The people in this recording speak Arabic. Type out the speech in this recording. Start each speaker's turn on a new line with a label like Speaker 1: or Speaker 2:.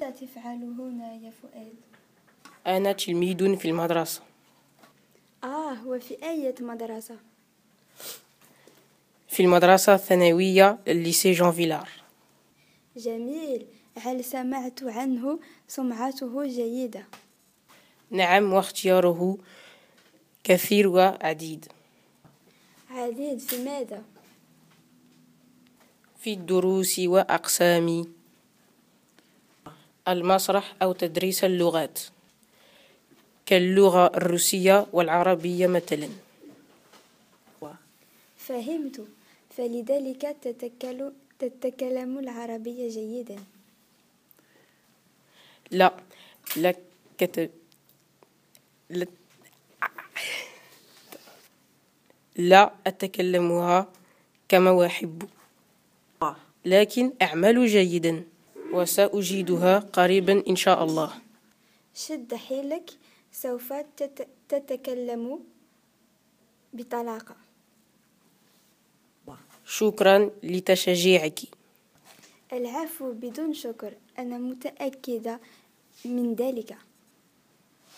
Speaker 1: ماذا تفعل هنا يا فؤاد؟
Speaker 2: أنا تلميذ في المدرسة
Speaker 1: آه وفي أية مدرسة؟
Speaker 2: في المدرسة الثانوية الليسي جون فيلار
Speaker 1: جميل هل سمعت عنه سمعته جيدة
Speaker 2: نعم واختياره كثير وعديد
Speaker 1: عديد في ماذا؟
Speaker 2: في الدروس وأقسام المسرح أو تدريس اللغات كاللغة الروسية والعربية مثلا
Speaker 1: فهمت فلذلك تتكل... تتكلم العربية جيدا
Speaker 2: لا لا كتب لا, لا أتكلمها كما أحب لكن أعمل جيدا وسأجيدها قريبا إن شاء الله
Speaker 1: شد حيلك سوف تت... تتكلم بطلاقة
Speaker 2: شكرا لتشجيعك
Speaker 1: العفو بدون شكر أنا متأكدة من ذلك